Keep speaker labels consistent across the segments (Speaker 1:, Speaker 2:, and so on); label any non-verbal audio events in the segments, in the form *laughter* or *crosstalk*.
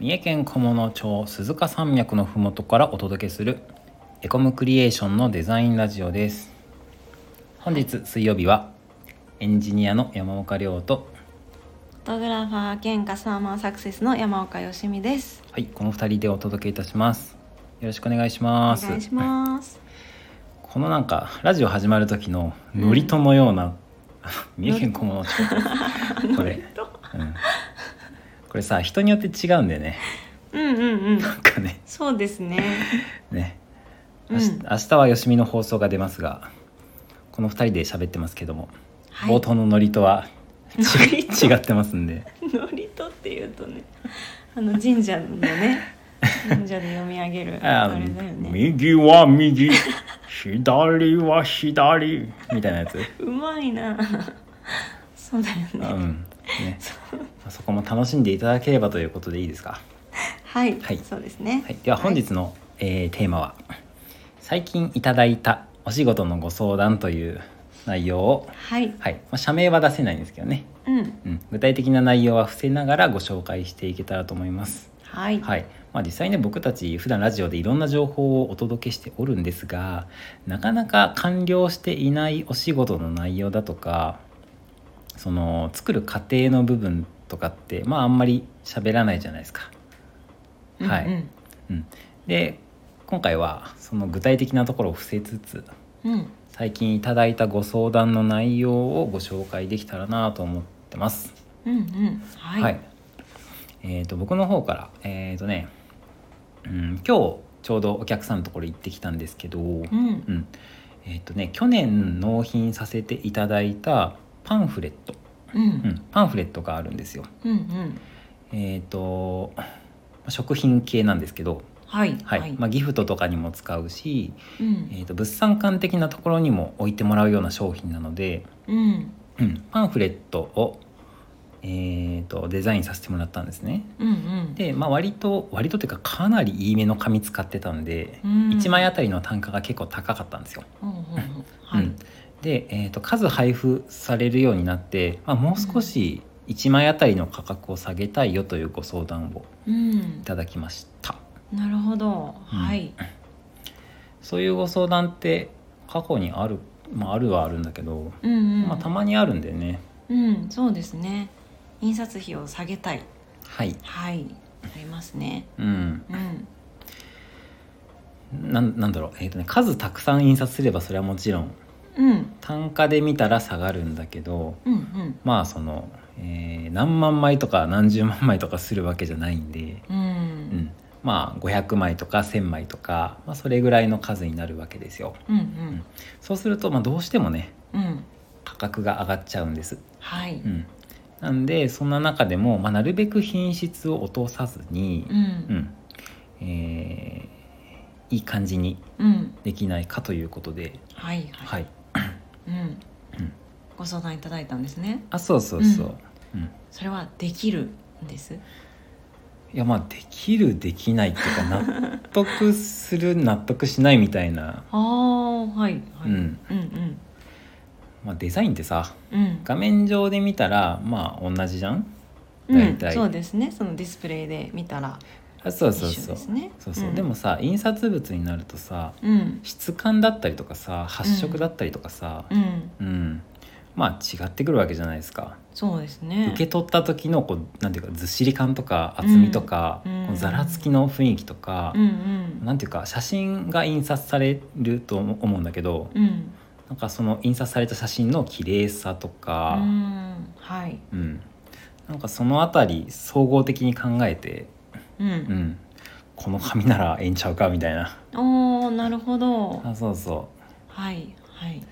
Speaker 1: 三重県菰野町鈴鹿山脈のふもとからお届けするエコムクリエーションのデザインラジオです本日水曜日はエンジニアの山岡亮と
Speaker 2: フォトグラファー兼カスタマーサクセスの山岡よしみです。
Speaker 1: はいこの二人でお届けいたしますよろしくお願いし
Speaker 2: お
Speaker 1: ます
Speaker 2: 願いします。
Speaker 1: このなんかラジオ始まる時のノリとのような、三重県菰野町これ、うん、これさ人によって違うんだよね
Speaker 2: うんうんうん。
Speaker 1: なんかね
Speaker 2: そうですね。 *laughs*
Speaker 1: ね
Speaker 2: う
Speaker 1: 明日
Speaker 2: ん。
Speaker 1: 明日はよしみの放送が出ますがこの2人で喋ってますけども、
Speaker 2: はい
Speaker 1: 冒頭のノリとは
Speaker 2: ノリ
Speaker 1: 違違ってますんで
Speaker 2: ノリとっていうとね、あの神社のね、
Speaker 1: *laughs*
Speaker 2: 神社で読み上げるあれだよね。
Speaker 1: 右は右左は左みたいな
Speaker 2: *laughs*
Speaker 1: やつ、
Speaker 2: うまいな。そうだ
Speaker 1: うん
Speaker 2: よね。
Speaker 1: ね、そこも楽しんでいただければということでいいですか、
Speaker 2: はい。
Speaker 1: はい
Speaker 2: そうですね。
Speaker 1: はい、では本日の、えーテーマは「最近いただいたお仕事のご相談」という内容を、
Speaker 2: はい。
Speaker 1: はいまあ社名は出せないんですけどね
Speaker 2: うん。
Speaker 1: うん、具体的な内容は伏せながらご紹介していけたらと思います。
Speaker 2: はい。
Speaker 1: はいまあ、実際ね僕たち普段ラジオでいろんな情報をお届けしておるんですがなかなか完了していないお仕事の内容だとかその作る過程の部分とかってまああんまり喋らないじゃないですか。は
Speaker 2: う
Speaker 1: い
Speaker 2: ん
Speaker 1: うん、で今回はその具体的なところを伏せつつ
Speaker 2: うん。うん。
Speaker 1: 最近いただいたご相談の内容をご紹介できたらなと思ってます。
Speaker 2: うんうん。はい。
Speaker 1: はい。えっ、と僕の方からえっ、とね、うん、今日ちょうどお客さんのところ行ってきたんですけど、うん
Speaker 2: うん。
Speaker 1: えっ、とね去年納品させていただいたパンフレット、う
Speaker 2: う。
Speaker 1: んん、パンフレットがあるんですよ。
Speaker 2: うんうん。
Speaker 1: えっ、と食品系なんですけど、
Speaker 2: はい。
Speaker 1: はいまあ、ギフトとかにも使うし、
Speaker 2: うん。
Speaker 1: えー、と物産館的なところにも置いてもらうような商品なので、
Speaker 2: うん。
Speaker 1: うん、パンフレットを、えー、とデザインさせてもらったんですね。
Speaker 2: うんうん。
Speaker 1: で、まあ、割と割とというかかなりいいめの紙使ってたんで、
Speaker 2: うん
Speaker 1: 1枚あたりの単価が結構高かったんですよ。
Speaker 2: うんうんうんは
Speaker 1: う
Speaker 2: い
Speaker 1: ん。で、えー、と数配布されるようになって、まあ、もう少し1枚あたりの価格を下げたいよというご相談を
Speaker 2: うん
Speaker 1: い。ただきました。
Speaker 2: なるほど。
Speaker 1: うん
Speaker 2: はい。
Speaker 1: そういうご相談って過去にある、まあ、あるはあるんだけど、
Speaker 2: うんうん。
Speaker 1: まあ、たまにあるんでね。
Speaker 2: うん、そうですね。印刷費を下げたい。
Speaker 1: はい、
Speaker 2: はい。ありますね。
Speaker 1: うん、
Speaker 2: うん。
Speaker 1: なんなんだろう、えーとね、数たくさん印刷すればそれはもちろん
Speaker 2: うん。
Speaker 1: 単価で見たら下がるんだけど、
Speaker 2: うんうん。
Speaker 1: まあその、えー何万枚とか何十万枚とかするわけじゃないんで、
Speaker 2: う。
Speaker 1: うんん、まあ500枚とか1,000枚とか、まあ、それぐらいの数になるわけですよ。
Speaker 2: うんうん。
Speaker 1: そうすると、まあ、どうしてもね
Speaker 2: うん。
Speaker 1: 価格が上がっちゃうんです。
Speaker 2: はい。
Speaker 1: うん、なんでそんな中でも、まあ、なるべく品質を落とさずに
Speaker 2: う、ん。
Speaker 1: んえーいい感じに
Speaker 2: うん。
Speaker 1: できないかということで、
Speaker 2: はいは
Speaker 1: は
Speaker 2: い。
Speaker 1: い、
Speaker 2: うん
Speaker 1: うん。
Speaker 2: ご相談いただいたんですね。
Speaker 1: あそうそうそう、うん、
Speaker 2: それはできるんです。
Speaker 1: いやまあできるできないっていうか
Speaker 2: *laughs*
Speaker 1: 納得する納得しないみたいな、
Speaker 2: ああ、はいはい。
Speaker 1: う
Speaker 2: うん
Speaker 1: ん
Speaker 2: うん。
Speaker 1: まあ、デザインってさ
Speaker 2: うん。
Speaker 1: 画面上で見たらまあ同じじゃん
Speaker 2: うん
Speaker 1: 大体
Speaker 2: そうですね。そのディスプレイで見たら
Speaker 1: あそう
Speaker 2: 一
Speaker 1: そう
Speaker 2: 緒
Speaker 1: そう
Speaker 2: ですね。
Speaker 1: そうそう、
Speaker 2: ん
Speaker 1: でも。さ印刷物になるとさ
Speaker 2: うん。
Speaker 1: 質感だったりとかさ発色だったりとかさ
Speaker 2: う、ん。
Speaker 1: うんまあ違ってくるわけじゃないですか、
Speaker 2: そうですね。
Speaker 1: 受け取った時のこうなんていうかずっしり感とか厚みとか、
Speaker 2: うん
Speaker 1: このざらつきの雰囲気とか、
Speaker 2: うんうん。
Speaker 1: なんていうか写真が印刷されると思思うんだけど、
Speaker 2: うん。
Speaker 1: なんかその印刷された写真の綺麗さとか、
Speaker 2: うんはい。
Speaker 1: うんなんかそのあたり総合的に考えて、
Speaker 2: う。
Speaker 1: うんん、この紙ならええんちゃうかみたいな
Speaker 2: おお、なるほど。
Speaker 1: あそうそ
Speaker 2: はいはい。
Speaker 1: う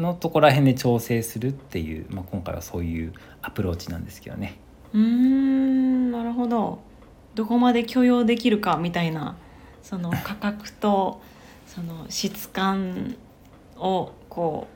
Speaker 1: のとこら辺で調整するっていう、まあ、今回はそういうアプローチなんですけどね。
Speaker 2: うーん、なるほど。どこまで許容できるかみたいな、その価格と *laughs* その質感をこ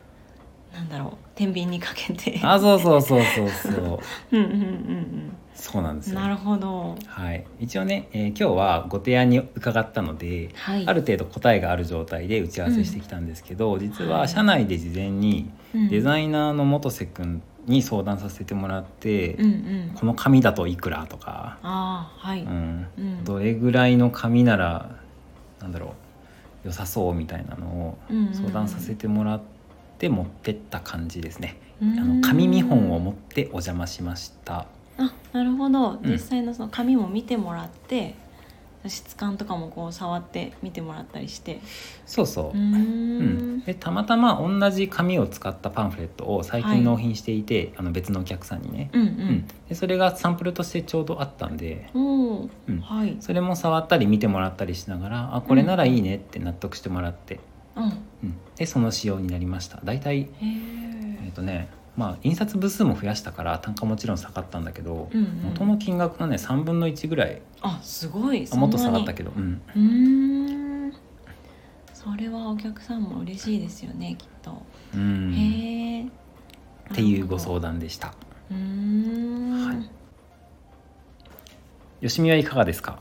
Speaker 2: うなんだろう、天秤にかけて。
Speaker 1: あそうそうそうそう
Speaker 2: *laughs*
Speaker 1: そう
Speaker 2: うんうんうん
Speaker 1: そうなんで
Speaker 2: う
Speaker 1: す
Speaker 2: ん。
Speaker 1: よ
Speaker 2: なるほど。
Speaker 1: はい、一応ね、えー今日はご提案に伺ったので、
Speaker 2: はい。
Speaker 1: ある程度答えがある状態で打ち合わせしてきたんですけど、実は社内で事前に、
Speaker 2: うん
Speaker 1: デザイナーの元瀬君に相談させてもらって、
Speaker 2: うんうん
Speaker 1: この紙だといくらとか、
Speaker 2: ああはい、
Speaker 1: うん
Speaker 2: うん
Speaker 1: どれぐらいの紙ならなんだろう良さそうみたいなの
Speaker 2: うんうんう
Speaker 1: を
Speaker 2: ん
Speaker 1: 相談させてもらって持ってった感じですね。
Speaker 2: あ
Speaker 1: あの紙見本を持ってお邪魔しました。
Speaker 2: あなるほど
Speaker 1: ん
Speaker 2: 実際のその紙も見てもらって、質感とかもこう触って見てもらったりして
Speaker 1: そうそう
Speaker 2: うー
Speaker 1: う。うん
Speaker 2: ん
Speaker 1: でたまたま同じ紙を使ったパンフレットを最近納品していて、あの別のお客さんにね、
Speaker 2: うんう
Speaker 1: うん
Speaker 2: ん
Speaker 1: でそれがサンプルとしてちょうどあったんで
Speaker 2: おー
Speaker 1: うん
Speaker 2: はい
Speaker 1: それも触ったり見てもらったりしながらあこれならいいねって納得してもらって、
Speaker 2: うん
Speaker 1: うん、でその仕様になりました大体え
Speaker 2: へ
Speaker 1: っ、とねまあ印刷部数も増やしたから単価もちろん下がったんだけど、
Speaker 2: えうん
Speaker 1: 元
Speaker 2: うん
Speaker 1: の金額のね3分の1ぐらい
Speaker 2: あすごい
Speaker 1: あもっと下がった
Speaker 2: ど
Speaker 1: けど、うん、
Speaker 2: うーんそれはお客さんも嬉しいですよねきっと、
Speaker 1: うん
Speaker 2: へえ
Speaker 1: っていうご相
Speaker 2: 談
Speaker 1: 談でした
Speaker 2: うーん
Speaker 1: は
Speaker 2: はいい、
Speaker 1: よしみはいかがですか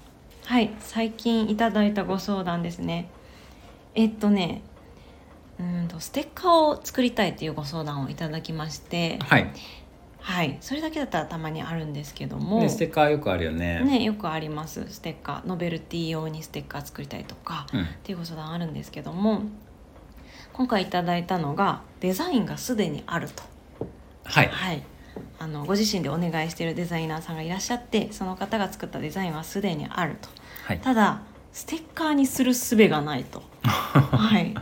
Speaker 2: 最近いただいたご相談ですねえっとねうーんとステッカーを作りたいっていうご相談をいただきまして
Speaker 1: はい
Speaker 2: はいそれだけだったらたまにあるんですけども
Speaker 1: ねステッカーよくあるよね
Speaker 2: ねよくありますステッカーノベルティ用にステッカー作りたいとか
Speaker 1: うん
Speaker 2: っていうご相談あるんですけども今回いただいたのがデザインがすでにあると、
Speaker 1: はい
Speaker 2: はい、あのご自身でお願いしているデザイナーさんがいらっしゃってその方が作ったデザインはすでにあると
Speaker 1: はい
Speaker 2: ただステッカーにする術がないとはい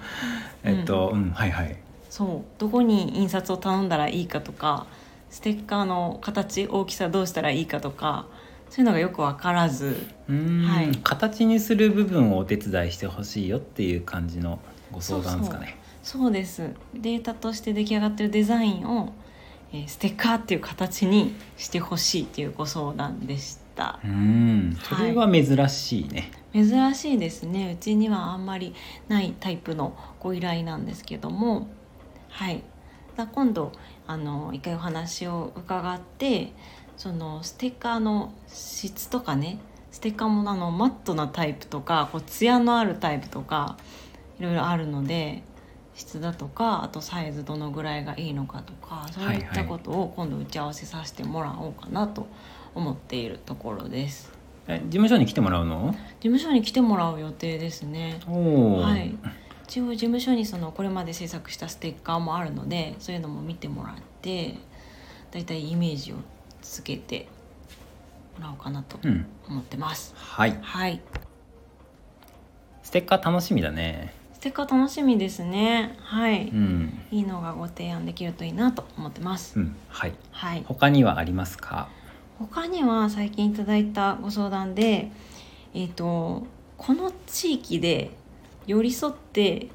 Speaker 1: えっとうん、はいはい
Speaker 2: そうどこに印刷を頼んだらいいかとかステッカーの形大きさどうしたらいいかとかそういうのがよく分からず
Speaker 1: うーん
Speaker 2: はい
Speaker 1: 形にする部分をお手伝いしてほしいよっていう感じのご相談ですかね
Speaker 2: そうですデータとして出来上がってるデザインを、えーステッカーっていう形にしてほしいっていうご相談でした
Speaker 1: うーんそ
Speaker 2: は
Speaker 1: れ
Speaker 2: い
Speaker 1: は珍しいね、
Speaker 2: 珍しいですねうちにはあんまりないタイプのご依頼なんですけどもはいだ今度あの一回お話を伺ってそのステッカーの質とかねステッカーもあのマットなタイプとかこう艶のあるタイプとかいろいろあるので質だとかあとサイズどのぐらいがいいのかとかそういっ
Speaker 1: はいは
Speaker 2: た
Speaker 1: い
Speaker 2: ことを今度打ち合わせさせてもらおうかなと思っているところです。
Speaker 1: え事務所に来てもらうの
Speaker 2: 事務所に来てもらう予定ですね。
Speaker 1: おお、
Speaker 2: はい。一応事務所にそのこれまで制作したステッカーもあるので、そういうのも見てもらって、だいたいイメージをつけてもらおうかなと
Speaker 1: うん
Speaker 2: 思ってます。
Speaker 1: はい
Speaker 2: はい。
Speaker 1: ステッカー楽しみだね
Speaker 2: ステッカー楽しみですね。はい。
Speaker 1: うん、
Speaker 2: いいのがご提案できるといいなと思ってます。
Speaker 1: うん、はい
Speaker 2: はい。
Speaker 1: 他にはありますか
Speaker 2: 他には最近いただいたご相談で、えー、とこの地域で寄り添って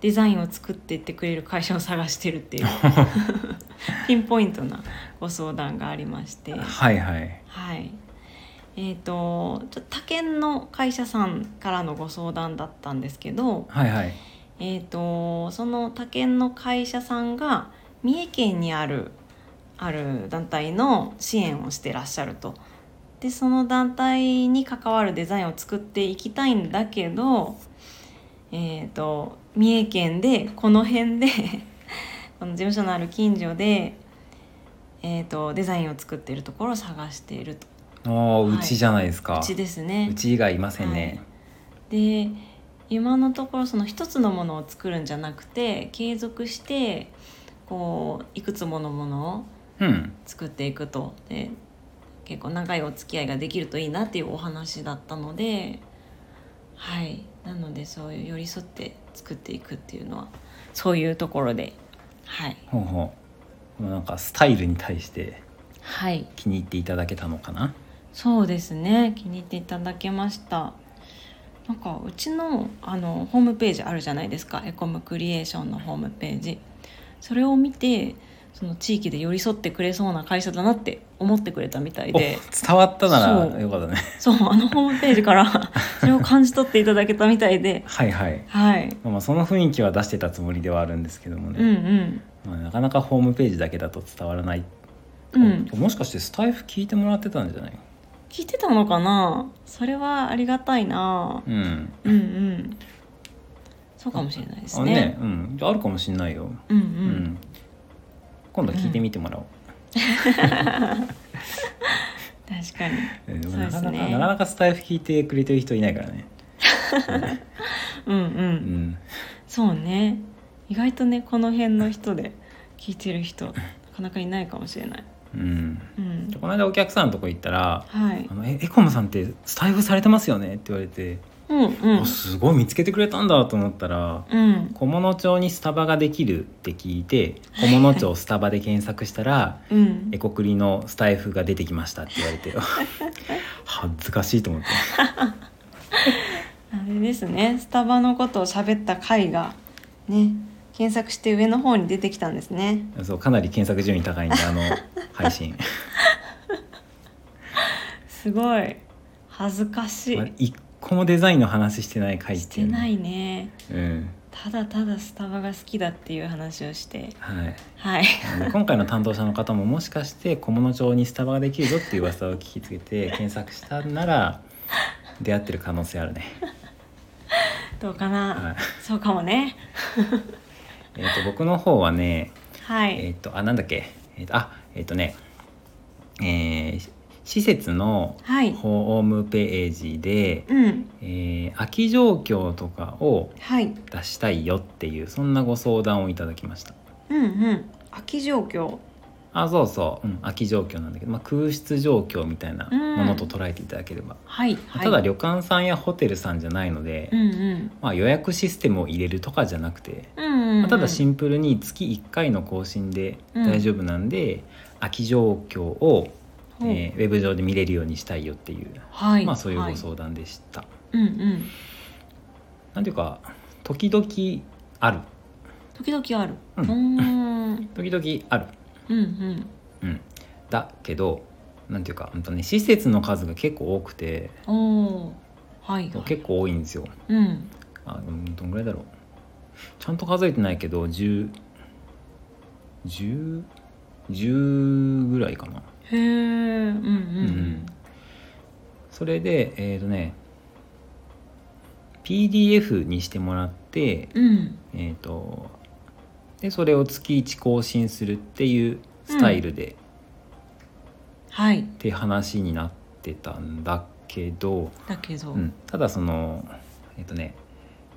Speaker 2: デザインを作っていってくれる会社を探してるっていうピンポイントなご相談がありまして、
Speaker 1: はいはい
Speaker 2: はいえー、とちょっと他県の会社さんからのご相談だったんですけど、
Speaker 1: はいはい
Speaker 2: えー、とその他県の会社さんが三重県にあるある団体の支援をしてらっしゃると。でその団体に関わるデザインを作っていきたいんだけど、えー、と三重県でこの辺で *laughs* この事務所のある近所で、えー、とデザインを作っているところを探していると
Speaker 1: おー
Speaker 2: は
Speaker 1: う
Speaker 2: い
Speaker 1: ちじゃないですか、
Speaker 2: うちですね。
Speaker 1: うち以外いませんね、
Speaker 2: で今のところその一つのものを作るんじゃなくて継続してこういくつものものを
Speaker 1: うん
Speaker 2: 作っていくとで結構長いお付き合いができるといいなっていうお話だったのではいなのでそういう寄り添って作っていくっていうのはそういうところではい
Speaker 1: ほうほうもうなんかスタイルに対して
Speaker 2: はい
Speaker 1: 気に入っていただけたのかな
Speaker 2: そうですね気に入っていただけましたなんかうちのあのホームページあるじゃないですかエコムクリエーションのホームページそれを見てその地域で寄り添ってくれそうな会社だなって思ってくれたみたい
Speaker 1: お
Speaker 2: で
Speaker 1: 伝わったな
Speaker 2: そ
Speaker 1: ら
Speaker 2: う
Speaker 1: よかったね *laughs*
Speaker 2: そうあのホームページからそれを感じ取っていただけたみたいで
Speaker 1: はいはい
Speaker 2: はい
Speaker 1: まあ、その雰囲気は出してたつもりではあるんですけども
Speaker 2: うんう
Speaker 1: ね、
Speaker 2: ん
Speaker 1: まあ、なかなかホームページだけだと伝わらない、
Speaker 2: うん
Speaker 1: もしかしてスタイフ聞いてもらってたんじゃない、
Speaker 2: 聞いてたのかなそれはありがたいな
Speaker 1: うん、
Speaker 2: うんうんそうかもしれないです
Speaker 1: あ
Speaker 2: ね
Speaker 1: うん、あるかもしれないよ、
Speaker 2: うんう
Speaker 1: うん
Speaker 2: ん
Speaker 1: 今度聞いてみてもらおう、
Speaker 2: 確かに
Speaker 1: うんでも
Speaker 2: そう
Speaker 1: な
Speaker 2: で
Speaker 1: か
Speaker 2: す
Speaker 1: なか、
Speaker 2: ね
Speaker 1: なかなかスタイフ聞いてくれてる人いないから
Speaker 2: *laughs*
Speaker 1: ね
Speaker 2: うんうん、
Speaker 1: うん
Speaker 2: そうね意外とねこの辺の人で聞いてる人なかなかいないかもしれない
Speaker 1: うん
Speaker 2: うん
Speaker 1: でこの間お客さんのとこ行ったら
Speaker 2: はい
Speaker 1: あのえエコムさんってスタイフされてますよね?」って言われて、
Speaker 2: うんうん
Speaker 1: あすごい見つけてくれたんだと思ったら
Speaker 2: うん
Speaker 1: 小物町にスタバができるって聞いて小物町スタバで検索したら
Speaker 2: うん
Speaker 1: エコクリのスタイフが出てきましたって言われ
Speaker 2: *laughs*
Speaker 1: て恥ずかしいと思って
Speaker 2: あれですねスタバのことを喋った回がね検索して上の方に出てきたんですね
Speaker 1: そうかなり検索順位高いんであ
Speaker 2: *laughs*
Speaker 1: の配信、
Speaker 2: すごい恥ずかし
Speaker 1: まあ
Speaker 2: い、
Speaker 1: 一個もデザインの話してない回っ
Speaker 2: してて
Speaker 1: いう
Speaker 2: な
Speaker 1: ね、
Speaker 2: いね
Speaker 1: うん
Speaker 2: ただただスタバが好きだっていう話をして
Speaker 1: はい、
Speaker 2: はい
Speaker 1: あの今回の担当者の方ももしかして小物町にスタバができるぞっていう噂を聞きつけ
Speaker 2: *laughs*
Speaker 1: て検索したなら出会ってる可能性あるね、
Speaker 2: どうかな、
Speaker 1: はい
Speaker 2: そうかもね
Speaker 1: えー、と僕の方はね
Speaker 2: はい、
Speaker 1: えっ、とあなんだっけ、えーとあえっ、とねえー施設の
Speaker 2: はい
Speaker 1: ホームページで、
Speaker 2: うん
Speaker 1: えー空き状況とかを
Speaker 2: はい
Speaker 1: 出したいよっていうそんなご相談をいただきました
Speaker 2: うんうん空き状況
Speaker 1: あそうそう、うん、空き状況なんだけど、まあ、空室状況みたいなものと捉えていただければ、
Speaker 2: はいはい
Speaker 1: ただ旅館さんやホテルさんじゃないので、
Speaker 2: うんうん
Speaker 1: まあ、予約システムを入れるとかじゃなくて、
Speaker 2: うんうんう
Speaker 1: ま
Speaker 2: ん
Speaker 1: あ、ただシンプルに月1回の更新で大丈夫なんで、空き状況を、
Speaker 2: ほう
Speaker 1: えーウェブ上で見れるようにしたいよっていう、
Speaker 2: はい
Speaker 1: まあ、そういうご
Speaker 2: は
Speaker 1: 相談でした。
Speaker 2: い、うんうん
Speaker 1: なんていうか時々ある
Speaker 2: 時々ある
Speaker 1: うん
Speaker 2: ーん
Speaker 1: 時々ある、
Speaker 2: うんうん
Speaker 1: うん、だけどなんていうか、うんとね、施設の数が結構多くて
Speaker 2: おおはいはい
Speaker 1: 結構多いんですよ。
Speaker 2: うん
Speaker 1: あうんどんぐらいだろうちゃんと数えてないけど1010 10 10ぐらいかな
Speaker 2: へえうんう
Speaker 1: うん
Speaker 2: ん
Speaker 1: それでえっ、とね PDF にしてもらって
Speaker 2: うん
Speaker 1: えっ、とでそれを月1更新するっていうスタイルで、
Speaker 2: はい
Speaker 1: って話になってたんだけど、
Speaker 2: だけど、
Speaker 1: うん、ただそのえっ、とね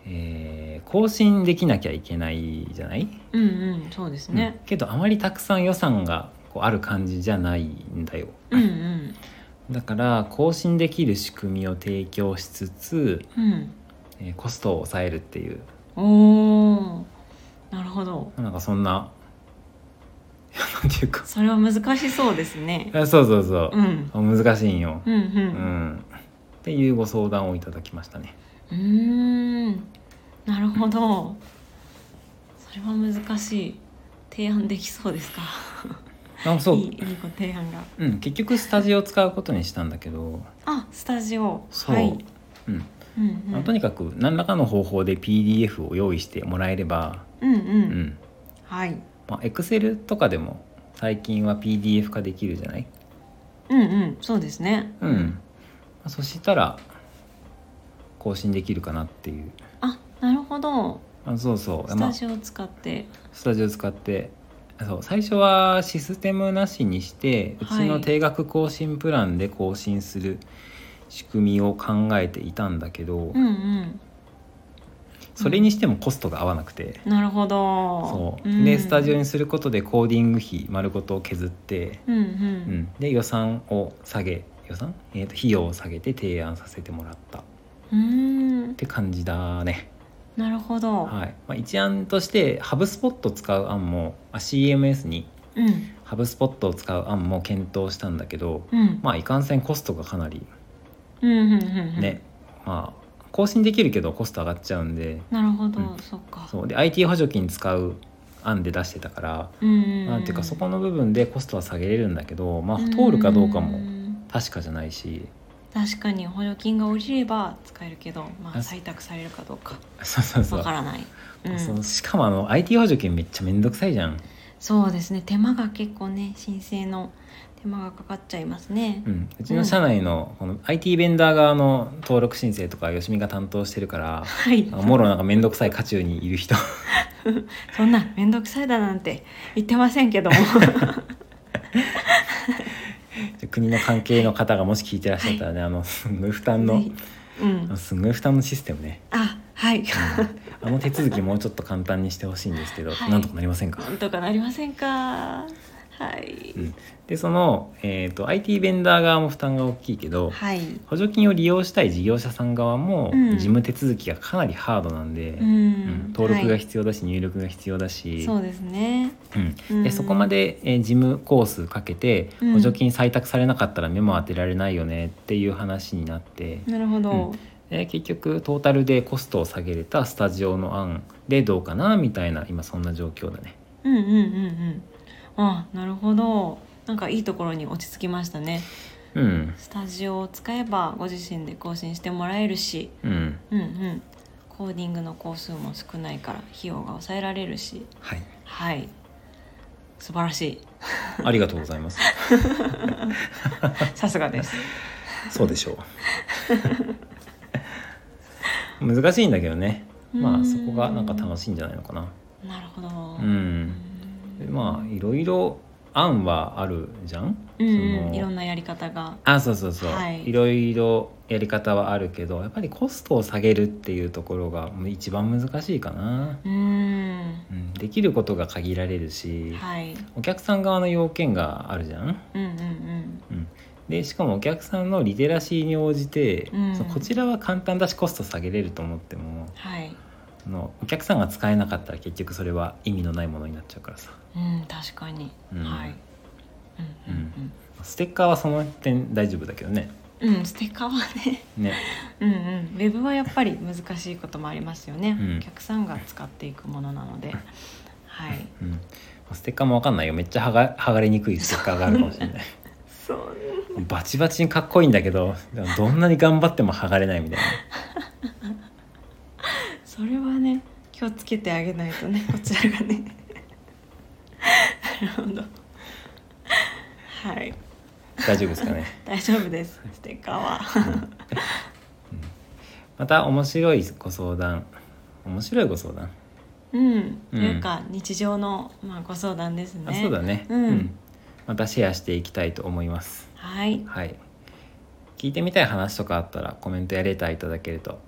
Speaker 1: えー更新できなきゃいけないじゃない
Speaker 2: うんうんそうですね、
Speaker 1: うんけどあまりたくさん予算がこうある感じじゃないんだよ
Speaker 2: うん、うん
Speaker 1: だから更新できる仕組みを提供しつつ、
Speaker 2: うん
Speaker 1: えーコストを抑えるっていう
Speaker 2: おおなるほど
Speaker 1: なんかそんななんていうか
Speaker 2: それは難しそうですね
Speaker 1: あそうそうそう
Speaker 2: う、ん
Speaker 1: 難しいんよ、
Speaker 2: うんう
Speaker 1: うん
Speaker 2: ん
Speaker 1: っていうご相談をいただきましたね
Speaker 2: うーんなるほどそれは難しい提案できそうですか
Speaker 1: あそう
Speaker 2: いいいいご提案が
Speaker 1: うん、結局スタジオを使うことにしたんだけど
Speaker 2: あスタジオ
Speaker 1: そう、
Speaker 2: はい、
Speaker 1: うん
Speaker 2: うんう
Speaker 1: あ
Speaker 2: ん
Speaker 1: とにかく何らかの方法で PDF を用意してもらえれば、
Speaker 2: うんう
Speaker 1: うんん、
Speaker 2: はい
Speaker 1: まあ、Excel とかでも最近は PDF 化できるじゃない
Speaker 2: うんうんそうですね
Speaker 1: うん、まあそしたら更新できるかなっていう
Speaker 2: あなるほど
Speaker 1: あそうそう
Speaker 2: ス
Speaker 1: ま
Speaker 2: タ
Speaker 1: あ
Speaker 2: ジオを使って
Speaker 1: スタジオ使ってそう最初はシステムなしにしてう
Speaker 2: はい
Speaker 1: ちの定額更新プランで更新する仕組みを考えていたんだけど、
Speaker 2: うんうん
Speaker 1: それにしてもコストが合わなくて、
Speaker 2: なるほど
Speaker 1: そう
Speaker 2: うん
Speaker 1: でスタジオにすることでコーディング費丸ごと削って、
Speaker 2: うんう
Speaker 1: うんん、で予算を下げ予算、えー、と費用を下げて提案させてもらったっ
Speaker 2: うーん
Speaker 1: て感じだね。
Speaker 2: なるほど、
Speaker 1: はいまあ、一案としてハブスポット使う案もあ CMS に
Speaker 2: うん
Speaker 1: ハブスポットを使う案も検討したんだけど、
Speaker 2: うん
Speaker 1: まあいかんせんコストがかなり
Speaker 2: うんうんうんうん
Speaker 1: ね、まあ更新できるけどコスト上がっちゃうんで
Speaker 2: なるほど、
Speaker 1: うん
Speaker 2: そっか
Speaker 1: そうで IT 補助金使う案で出してたから、
Speaker 2: うん
Speaker 1: なんていうかそこの部分でコストは下げれるんだけど、まあ、
Speaker 2: うん
Speaker 1: 通るかどうかも確かじゃないし、
Speaker 2: 確かに補助金が下りれば使えるけど、まあ、
Speaker 1: あ
Speaker 2: 採択されるかどうか
Speaker 1: そうそうそう
Speaker 2: わからない、うん、
Speaker 1: そ
Speaker 2: そう
Speaker 1: しかもあの IT 補助金めっちゃめんどくさいじゃん、
Speaker 2: うですね手間が結構ね申請の手間がかかっちゃいますね
Speaker 1: う、ん、うちの社内のこの IT ベンダー側の登録申請とかよしみが担当してるから
Speaker 2: はい
Speaker 1: もろなんかめんどくさい渦中にいる人
Speaker 2: そんな面倒くさいだなんて言ってませんけども
Speaker 1: じゃあ国の関係の方がもし聞いてらっしゃった *laughs* らね、あのすごい負担の
Speaker 2: ぜひう
Speaker 1: あ
Speaker 2: ん
Speaker 1: のすごい負担のシステム
Speaker 2: *laughs*
Speaker 1: ね、
Speaker 2: あはい
Speaker 1: うんあの手続きもうちょっと簡単にしてほしいんですけど、
Speaker 2: はい
Speaker 1: なんとかなりませんか
Speaker 2: なんとかなりませんかはい、
Speaker 1: うんでその、えー、と IT ベンダー側も負担が大きいけど、
Speaker 2: はい
Speaker 1: 補助金を利用したい事業者さん側も
Speaker 2: うん
Speaker 1: 事務手続きがかなりハードなんで、
Speaker 2: う
Speaker 1: うん
Speaker 2: ん、
Speaker 1: 登録が
Speaker 2: はい
Speaker 1: 必要だし、入力が必要だし
Speaker 2: そうですね
Speaker 1: うん
Speaker 2: う
Speaker 1: で
Speaker 2: ん
Speaker 1: そこまで、えー事務コースかけて
Speaker 2: うん
Speaker 1: 補助金採択されなかったらメモ当てられないよねっていう話になって、
Speaker 2: なるほど、
Speaker 1: で結局トータルでコストを下げれたスタジオの案でどうかなみたいな今そんな状況だね。
Speaker 2: うん、うんうんうんあなるほどなんかいいところに落ち着きましたね
Speaker 1: うん、
Speaker 2: スタジオを使えばご自身で更新してもらえるし
Speaker 1: うん
Speaker 2: うんうんコーディングの工数も少ないから費用が抑えられるし
Speaker 1: はい、
Speaker 2: はい素晴らし
Speaker 1: *laughs*
Speaker 2: い
Speaker 1: ありがとうござい
Speaker 2: *laughs*
Speaker 1: ます。
Speaker 2: さす
Speaker 1: *laughs*
Speaker 2: がです
Speaker 1: そうでしょ
Speaker 2: *laughs*
Speaker 1: う。難しいんだけどね。ま
Speaker 2: う
Speaker 1: あ
Speaker 2: ん
Speaker 1: そこがなんか楽しいんじゃないのかな。
Speaker 2: なるほど、
Speaker 1: う。
Speaker 2: うん
Speaker 1: で
Speaker 2: ん
Speaker 1: まあいろいろ案はあるじゃん。
Speaker 2: うんうん
Speaker 1: その
Speaker 2: いろんなやり方が
Speaker 1: あそうそうそう、、
Speaker 2: はいい
Speaker 1: ろいろやり方はあるけどやっぱりコストを下げるっていうところがもう一番難しいかな、
Speaker 2: うーん
Speaker 1: うん、できることが限られるし、
Speaker 2: はい
Speaker 1: お客さん側の要件があるじゃん、
Speaker 2: うんうん
Speaker 1: うん、でしかもお客さんのリテラシーに応じて、
Speaker 2: うん
Speaker 1: そのこちらは簡単だしコスト下げれると思っても
Speaker 2: はい
Speaker 1: そのお客さんが使えなかったら結局それは意味のないものになっちゃうからさ
Speaker 2: うん確かに、
Speaker 1: うん
Speaker 2: はいうんうん
Speaker 1: ステッカーはその点大丈夫だけどね
Speaker 2: うん、うん、ステッカーはね
Speaker 1: ね
Speaker 2: うんうん、ウェブはやっぱり難しいこともありますよね、
Speaker 1: うん
Speaker 2: お客さんが使っていくものなので、はい、
Speaker 1: うん、ステッカーもわかんないよめっちゃ剥が剥がれにくいステッカーがあるかもしれない
Speaker 2: *laughs* そう
Speaker 1: バチバチにかっこいいんだけどどんなに頑張っても剥がれないみたい
Speaker 2: それはね気をつけてあげない
Speaker 1: *laughs*
Speaker 2: とねこちらがねなるほどはい
Speaker 1: な大丈夫ですかね
Speaker 2: 大丈夫ですステッカーは
Speaker 1: また面白いご相談面白いご相談、
Speaker 2: うん、
Speaker 1: うん
Speaker 2: というか日常の、まあ、ご相談ですね
Speaker 1: あそうだね
Speaker 2: うん
Speaker 1: またシェアしていきたいと思います
Speaker 2: はい
Speaker 1: はい聞いてみたい話とかあったらコメントやレターいただけると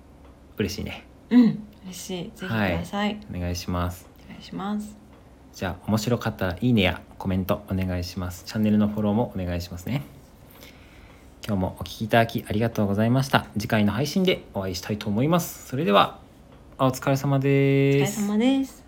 Speaker 1: 嬉しいね
Speaker 2: うん嬉しいぜひください、
Speaker 1: お願いします
Speaker 2: お願いします
Speaker 1: じゃあ面白かったらいいねやコメントお願いします。チャンネルのフォローもお願いしますね。今日もお聞きいただきありがとうございました。次回の配信でお会いしたいと思います。それでは、あお疲れ様
Speaker 2: お疲
Speaker 1: で
Speaker 2: れ
Speaker 1: す。
Speaker 2: 様です